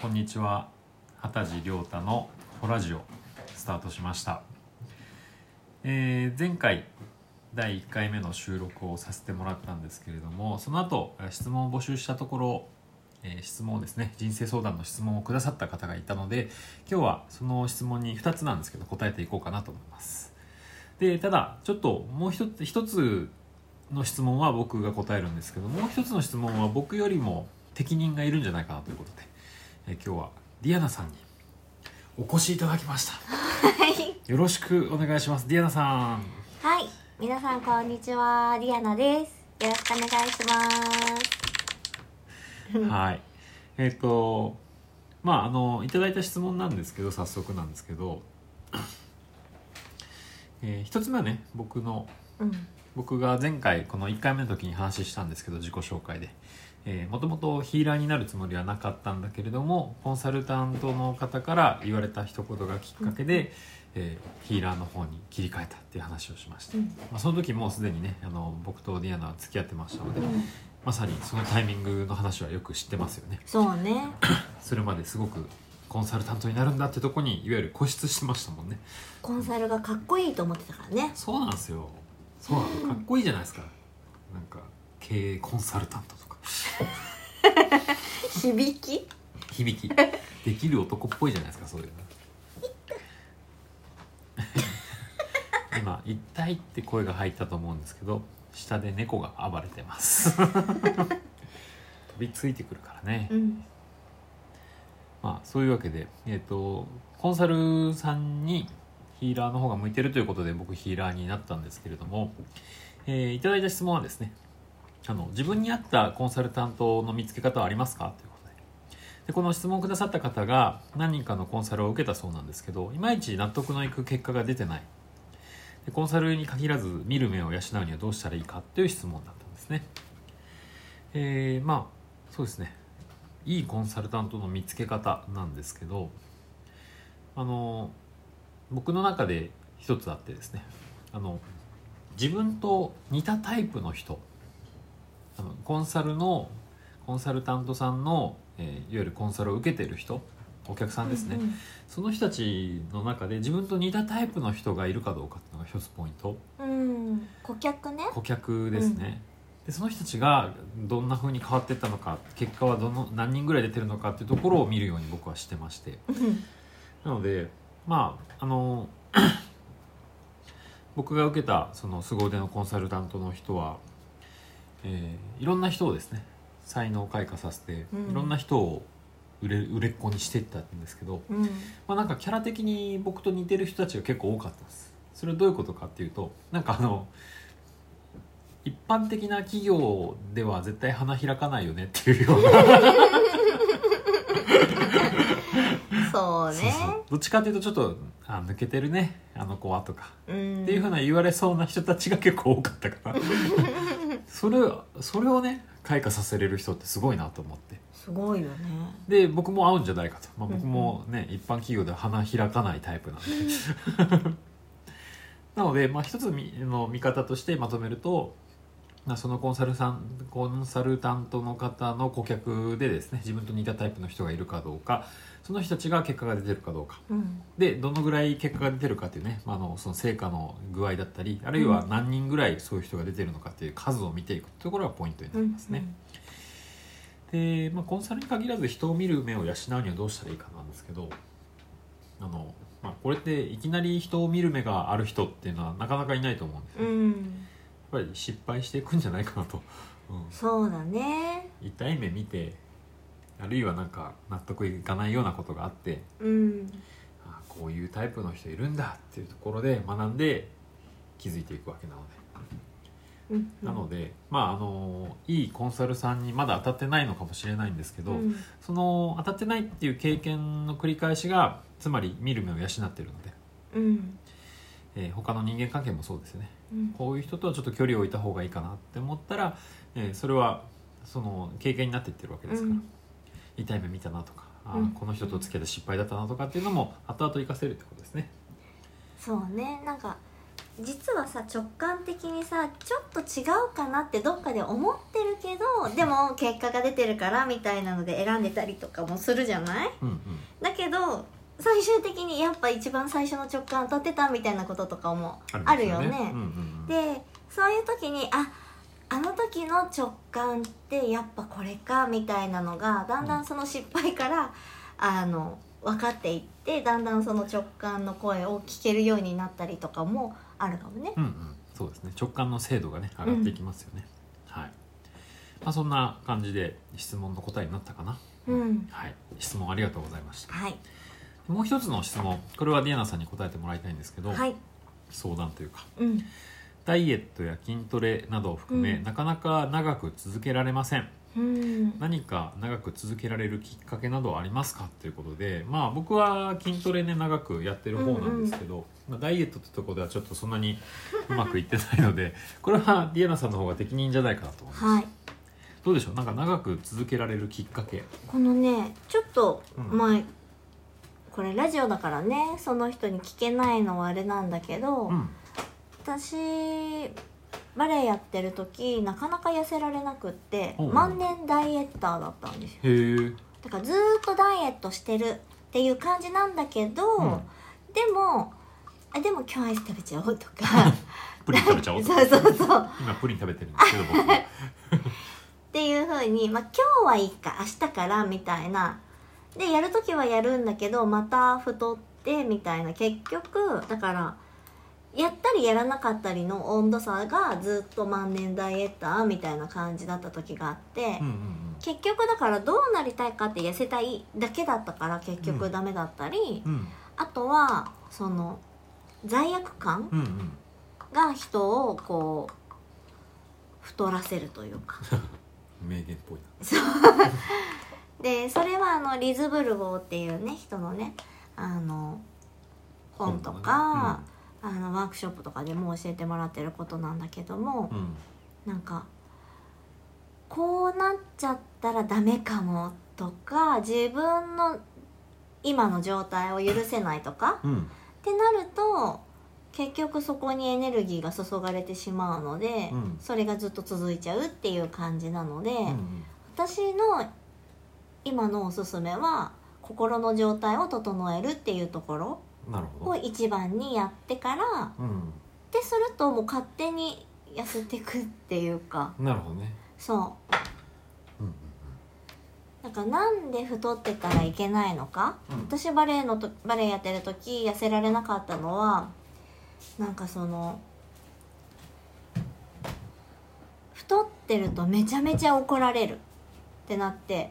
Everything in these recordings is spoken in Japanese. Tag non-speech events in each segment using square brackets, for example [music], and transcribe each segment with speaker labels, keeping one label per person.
Speaker 1: こんにちは畑地亮太のホラジオスタートしました、えー前回第1回目の収録をさせてもらったんですけれどもその後えー質問を募集したところ、えー質問をですね人生相談の質問をくださった方がいたので今日はその質問に2つなんですけど答えていこうかなと思いますでただちょっともう一つ一つの質問は僕が答えるんですけどもう一つの質問は僕よりも適任がいるんじゃないかなということで、えー今日はディアナさんにお越しいただきました
Speaker 2: はい、
Speaker 1: よろしくお願いしますディアナさん
Speaker 2: [laughs] はい、皆さんこんにちは、リアナです。よろしくお願いします。
Speaker 1: はい。えっ、と、まあ、あの、いただいた質問なんですけど、早速なんですけど、 [coughs] えー一つ目はね、僕の、
Speaker 2: うん、
Speaker 1: 僕が前回、この1回目の時に話したんですけど、自己紹介で。えーもともとヒーラーになるつもりはなかったんだけれどもコンサルタントの方から言われた一言がきっかけで、えーヒーラーの方に切り替えたっていう話をしました、
Speaker 2: うん、
Speaker 1: まあ、その時もうすでにねあの僕とディアナは付き合ってましたので、
Speaker 2: うん、
Speaker 1: まさにそのタイミングの話はよく知ってますよね
Speaker 2: そうね。
Speaker 1: それまですごくコンサルタントになるんだってとこにいわゆる固執してましたもんね
Speaker 2: コンサルがかっこいいと思ってたからね。
Speaker 1: そうなんですよそうなのかっこいいじゃないですかなんか経営コンサルタントとか
Speaker 2: 響き。
Speaker 1: 響きできる男っぽいじゃないですかそういうの今「一体」って声が入ったと思うんですけど下で猫が暴れてます飛びついてくるからね
Speaker 2: うん、
Speaker 1: まあ、そういうわけで、えー、とコンサルさんにヒーラーの方が向いてるということで僕ヒーラーになったんですけれども、えーいただいた質問はですねあの自分に合ったコンサルタントの見つけ方はありますかということででこの質問をくださった方が何人かのコンサルを受けたそうなんですけどいまいち納得のいく結果が出てないでコンサルに限らず見る目を養うにはどうしたらいいかという質問だったんですねえーまあそうですねいいコンサルタントの見つけ方なんですけどあの僕の中で一つあってですねあの自分と似たタイプの人あのコンサルのコンサルタントさんの、えーいわゆるコンサルを受けてる人お客さんですね、
Speaker 2: うん
Speaker 1: その人たちの中で自分と似たタイプの人がいるかどうかっていうのが一つポイント
Speaker 2: うん、うん、顧客ね。
Speaker 1: 顧客ですね、でその人たちがどんな風に変わっていったのか結果はどの何人ぐらい出てるのかっていうところを見るように僕はしてまして
Speaker 2: うん、
Speaker 1: なのでまああの [coughs] 僕が受けたその凄腕のコンサルタントの人は、えーいろんな人をですね才能を開花させて、
Speaker 2: うん
Speaker 1: いろんな人を売れ売れっ子にしていったんですけど、
Speaker 2: うん、
Speaker 1: まあ、なんかキャラ的に僕と似てる人たちが結構多かったですそれはどういうことかっていうとなんかあの一般的な企業では絶対花開かないよねっていうような
Speaker 2: そう
Speaker 1: そう
Speaker 2: ね。
Speaker 1: そうどっちかっていうとちょっと「あ抜けてるねあの子は」とか、
Speaker 2: うん、
Speaker 1: っていうふうな言われそうな人たちが結構多かったからそれそれをね開花させれる人ってすごいなと思って
Speaker 2: すごいよね。
Speaker 1: で僕も合うんじゃないかと、まあ、僕もね、一般企業では花開かないタイプなんで [laughs] なので、まあ、一つみの見方としてまとめるとまあそのコンサルさんコンサルタントの方の顧客でですね自分と似たタイプの人がいるかどうかその人たちが結果が出てるかどうか
Speaker 2: うん、
Speaker 1: でどのぐらい結果が出てるかっていうね、まあ、あのその成果の具合だったりあるいは何人ぐらいそういう人が出てるのかっていう数を見ていくところがポイントにな
Speaker 2: う
Speaker 1: り
Speaker 2: ん
Speaker 1: ま、すね。で、まあ、コンサルに限らず人を見る目を養うにはどうしたらいいかなんですけどあの、まあ、これっていきなり人を見る目がある人っていうのはなかなかいないと思うんですよ、
Speaker 2: う
Speaker 1: やっ
Speaker 2: ん、
Speaker 1: ぱり失敗していくんじゃないかなと、 [laughs] う
Speaker 2: そうだね。
Speaker 1: ん、痛い目見てあるいはなんか納得いかないようなことがあって
Speaker 2: うん、
Speaker 1: あこういうタイプの人いるんだっていうところで学んで気づいていくわけなので
Speaker 2: うん、
Speaker 1: なので、まああのいいコンサルさんにまだ当たってないのかもしれないんですけど、
Speaker 2: うん、
Speaker 1: その当たってないっていう経験の繰り返しがつまり見る目を養ってるので、
Speaker 2: うん、
Speaker 1: えー他の人間関係もそうですよね
Speaker 2: うん、
Speaker 1: こういう人とはちょっと距離を置いた方がいいかなって思ったら、えーそれはその経験になっていってるわけですから、
Speaker 2: うん
Speaker 1: 痛い目見たなとかあー、
Speaker 2: うん
Speaker 1: この人と付き合って失敗だったなとかっていうのも後々活かせるってことですね。
Speaker 2: そうねなんか実はさ直感的にさちょっと違うかなってどっかで思ってるけどでも結果が出てるからみたいなので選んでたりとかもするじゃない
Speaker 1: うんうん
Speaker 2: だけど最終的にやっぱ一番最初の直感当たってたみたいなこととかもあるよね。
Speaker 1: うんうんうん、
Speaker 2: でそういう時にああの時の直感ってやっぱこれかみたいなのがだんだんその失敗から、あの分かっていってだんだんその直感の声を聞けるようになったりとかもあるかもね。
Speaker 1: うんうん、そうですね直感の精度がね上がっていきますよね、はい、まあ、そんな感じで質問の答えになったかな、
Speaker 2: うん、
Speaker 1: はい、質問ありがとうございました
Speaker 2: はい、
Speaker 1: もう一つの質問これはディアナさんに答えてもらいたいんですけど、
Speaker 2: はい、
Speaker 1: 相談というか
Speaker 2: うん、
Speaker 1: ダイエットや筋トレなどを含め、
Speaker 2: うん
Speaker 1: なかなか長く続けられません
Speaker 2: うん、
Speaker 1: 何か長く続けられるきっかけなどはありますかということでまあ僕は筋トレね長くやってる方なんですけど、まあ、ダイエットってとこではちょっとそんなにうまくいってないので [laughs] これはディアナさんの方が適任じゃないかなと思います
Speaker 2: はい。
Speaker 1: どうでしょうなんか長く続けられるきっかけ
Speaker 2: このねちょっと
Speaker 1: うん
Speaker 2: 前、これラジオだからねその人に聞けないのはあれなんだけど、
Speaker 1: うん
Speaker 2: 私バレエやってる時なかなか痩せられなくって
Speaker 1: おう
Speaker 2: 万年ダイエッターだったんですよ
Speaker 1: へえ
Speaker 2: だからずーっとダイエットしてるっていう感じなんだけど、
Speaker 1: うん
Speaker 2: でもあでも今日アイス食べちゃおうと
Speaker 1: [laughs]
Speaker 2: か
Speaker 1: プリン食べちゃお
Speaker 2: [laughs] そう
Speaker 1: う
Speaker 2: そうそうっ
Speaker 1: 今プリン食べてるんですけど僕
Speaker 2: ていう風に、まあ、今日はいいか明日からみたいなでやる時はやるんだけどまた太ってみたいな結局だからやったりやらなかったりの温度差がずっと万年ダイエッターみたいな感じだった時があって、
Speaker 1: うんうんうん
Speaker 2: 結局だからどうなりたいかって痩せたいだけだったから結局ダメだったり、
Speaker 1: うん
Speaker 2: あとはその罪悪感
Speaker 1: うんうん
Speaker 2: が人をこう太らせるというか
Speaker 1: 名言っぽいな
Speaker 2: でそれはあのリズ・ブルボーっていうね人のねあの本とか、あのワークショップとかでも教えてもらってることなんだけども
Speaker 1: う、ん
Speaker 2: なんかこうなっちゃったらダメかもとか自分の今の状態を許せないとか
Speaker 1: うんうん
Speaker 2: ってなると結局そこにエネルギーが注がれてしまうので、
Speaker 1: うん
Speaker 2: それがずっと続いちゃうっていう感じなので、
Speaker 1: うんうん
Speaker 2: 私の今のおすすめは心の状態を整えるっていうところ
Speaker 1: なるほ
Speaker 2: を
Speaker 1: ど
Speaker 2: 一番にやってから
Speaker 1: うん
Speaker 2: ってするともう勝手に痩せてくっていうか
Speaker 1: なるほどね
Speaker 2: そう
Speaker 1: うんうん
Speaker 2: なんかなんで太ってたらいけないのか、
Speaker 1: うん
Speaker 2: 私バレエのとバレエやってる時痩せられなかったのはなんかその太ってるとめちゃめちゃ怒られるってなって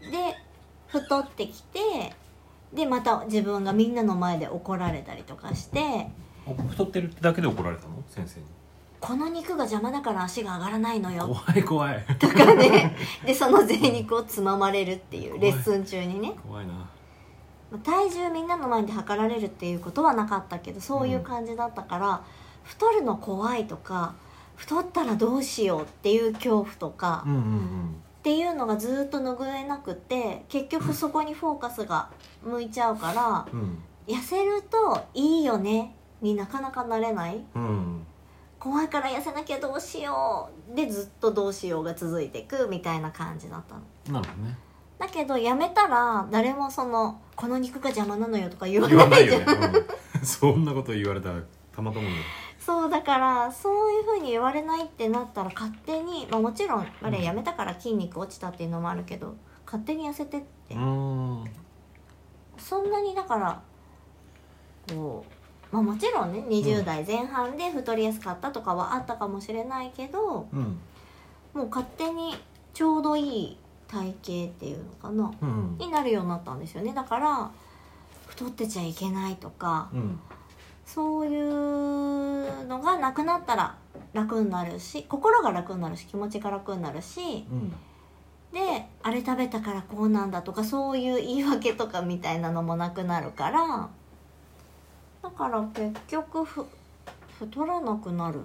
Speaker 2: で太ってきてでまた自分がみんなの前で怒られたりとかして
Speaker 1: お太ってるってだけで怒られたの先生に
Speaker 2: この肉が邪魔だから足が上がらないのよ
Speaker 1: 怖い怖い
Speaker 2: とかねでその贅肉をつままれるっていうレッスン中にね
Speaker 1: 怖いな
Speaker 2: まあ体重みんなの前で測られるっていうことはなかったけどそういう感じだったから、太るの怖いとか太ったらどうしようっていう恐怖とか、
Speaker 1: うんうん
Speaker 2: っていうのがずっと拭えなくて結局そこにフォーカスが向いちゃうから
Speaker 1: うんうん
Speaker 2: 痩せるといいよねになかなかなれない
Speaker 1: うん
Speaker 2: 怖いから痩せなきゃどうしようでずっとどうしようが続いていくみたいな感じだったの。
Speaker 1: なるほど [laughs] ね
Speaker 2: だけどやめたら誰もその「この肉が邪魔なのよ」とか言わ
Speaker 1: 言わな
Speaker 2: ない
Speaker 1: い
Speaker 2: じゃん
Speaker 1: よね、うん [laughs] そんなこと言われたらたまたまだよ
Speaker 2: そうだからそういうふうに言われないってなったら勝手に、まあ、もちろんバレエやめたから筋肉落ちたっていうのもあるけど勝手に痩せてって
Speaker 1: うん
Speaker 2: そんなにだからこう、まあ、もちろんね
Speaker 1: う
Speaker 2: 20
Speaker 1: ん
Speaker 2: 代前半で太りやすかったとかはあったかもしれないけど
Speaker 1: うん
Speaker 2: もう勝手にちょうどいい体型っていうのかな
Speaker 1: うん
Speaker 2: になるようになったんですよねだから太ってちゃいけないとか
Speaker 1: うん
Speaker 2: そういうのがなくなったら楽になるし心が楽になるし気持ちが楽になるし
Speaker 1: うん
Speaker 2: であれ食べたからこうなんだとかそういう言い訳とかみたいなのもなくなるからだから結局ふ太らなくなるっ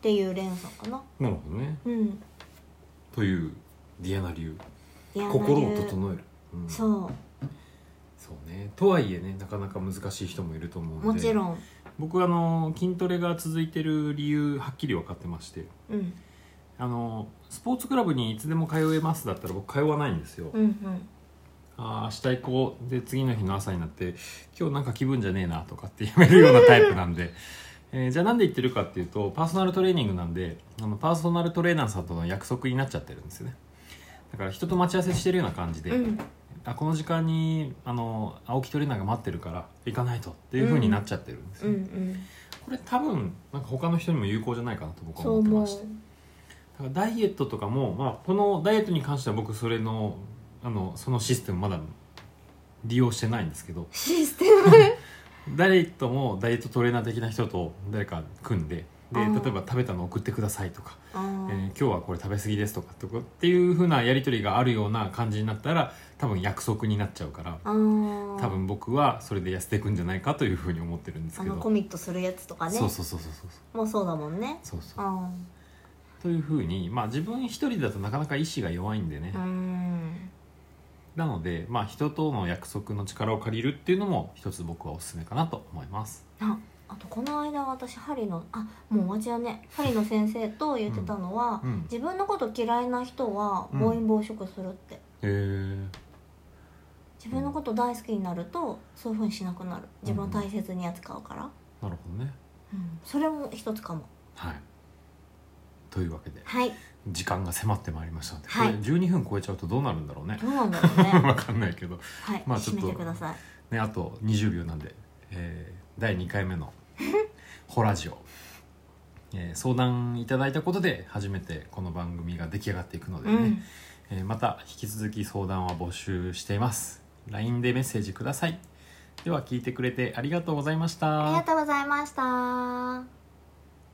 Speaker 2: ていう連鎖かな。
Speaker 1: なるほどね
Speaker 2: うん、
Speaker 1: というディアナ流
Speaker 2: いや
Speaker 1: 心を
Speaker 2: なる
Speaker 1: 整える、うん
Speaker 2: そ
Speaker 1: そうねとはいえねなかなか難しい人もいると思う
Speaker 2: う
Speaker 1: ので
Speaker 2: もちろん
Speaker 1: 僕あの筋トレが続いてる理由はっきり分かってまして
Speaker 2: うん
Speaker 1: あのスポーツクラブにいつでも通えますだったら僕通わないんですよ、
Speaker 2: うんうん
Speaker 1: あー明日行こうで次の日の朝になって今日なんか気分じゃねえなとかってやめるようなタイプなんで、 [laughs] えーじゃあなんで言ってるかっていうとパーソナルトレーニングなんであのパーソナルトレーナーさんとの約束になっちゃってるんですよねだから人と待ち合わせしてるような感じで、
Speaker 2: うん
Speaker 1: あこの時間にあの青木トレーナーが待ってるから行かないとっていう風になっちゃってるんです
Speaker 2: う
Speaker 1: よ、
Speaker 2: ん
Speaker 1: これ多分なんか他の人にも有効じゃないかなと僕は
Speaker 2: そう
Speaker 1: 思って
Speaker 2: 思
Speaker 1: ま
Speaker 2: う
Speaker 1: してだからダイエットとかも、まあ、このダイエットに関しては僕それのあのそのシステムまだ利用してないんですけど
Speaker 2: システ
Speaker 1: [laughs]
Speaker 2: ム
Speaker 1: ダイエットもダイエットトレーナー的な人と誰か組んでで
Speaker 2: あ
Speaker 1: 例え
Speaker 2: ー
Speaker 1: ば食べたの送ってくださいとか、
Speaker 2: あー
Speaker 1: えー今日はこれ食べ過ぎですとかとかっていう風なやり取りがあるような感じになったら多分約束になっちゃうから
Speaker 2: あー
Speaker 1: 多分僕はそれで痩せていくんじゃないかという風に思ってるんです
Speaker 2: あ
Speaker 1: けど
Speaker 2: のコミットするやつとかね
Speaker 1: そうそうそうそうそう
Speaker 2: もうそうだもんね
Speaker 1: そうそう
Speaker 2: あ
Speaker 1: という風にまあ自分一人だとなかなか意志が弱いんでね、
Speaker 2: ーうん
Speaker 1: なので、まあ、人との約束の力を借りるっていうのも一つ僕はおすすめかなと思います
Speaker 2: ああとこの間私針のあもう終わっちゃうね針の先生と言ってたのは、
Speaker 1: うんうん
Speaker 2: 自分のこと嫌いな人は暴飲暴食するって、
Speaker 1: へえ
Speaker 2: 自分のこと大好きになるとそういうふうにしなくなる自分を大切に扱うから、
Speaker 1: なるほどね
Speaker 2: うん、それも一つかも
Speaker 1: はいというわけで
Speaker 2: はい
Speaker 1: 時間が迫ってまいりましたので、
Speaker 2: はい
Speaker 1: これ12分超えちゃうとどうなるんだろうね
Speaker 2: どうなんだろうね
Speaker 1: [laughs] わかんないけど、
Speaker 2: はい、
Speaker 1: まあちょ
Speaker 2: 締
Speaker 1: っと
Speaker 2: めてください
Speaker 1: ね、あと20秒なんで、えー第2回目 [laughs] の「ホラジオ」えー相談いただいたことで初めてこの番組が出来上がっていくのでね、
Speaker 2: うん
Speaker 1: えーまた引き続き相談は募集しています LINE でメッセージくださいでは聞いてくれてありがとうございました
Speaker 2: ありがとうございました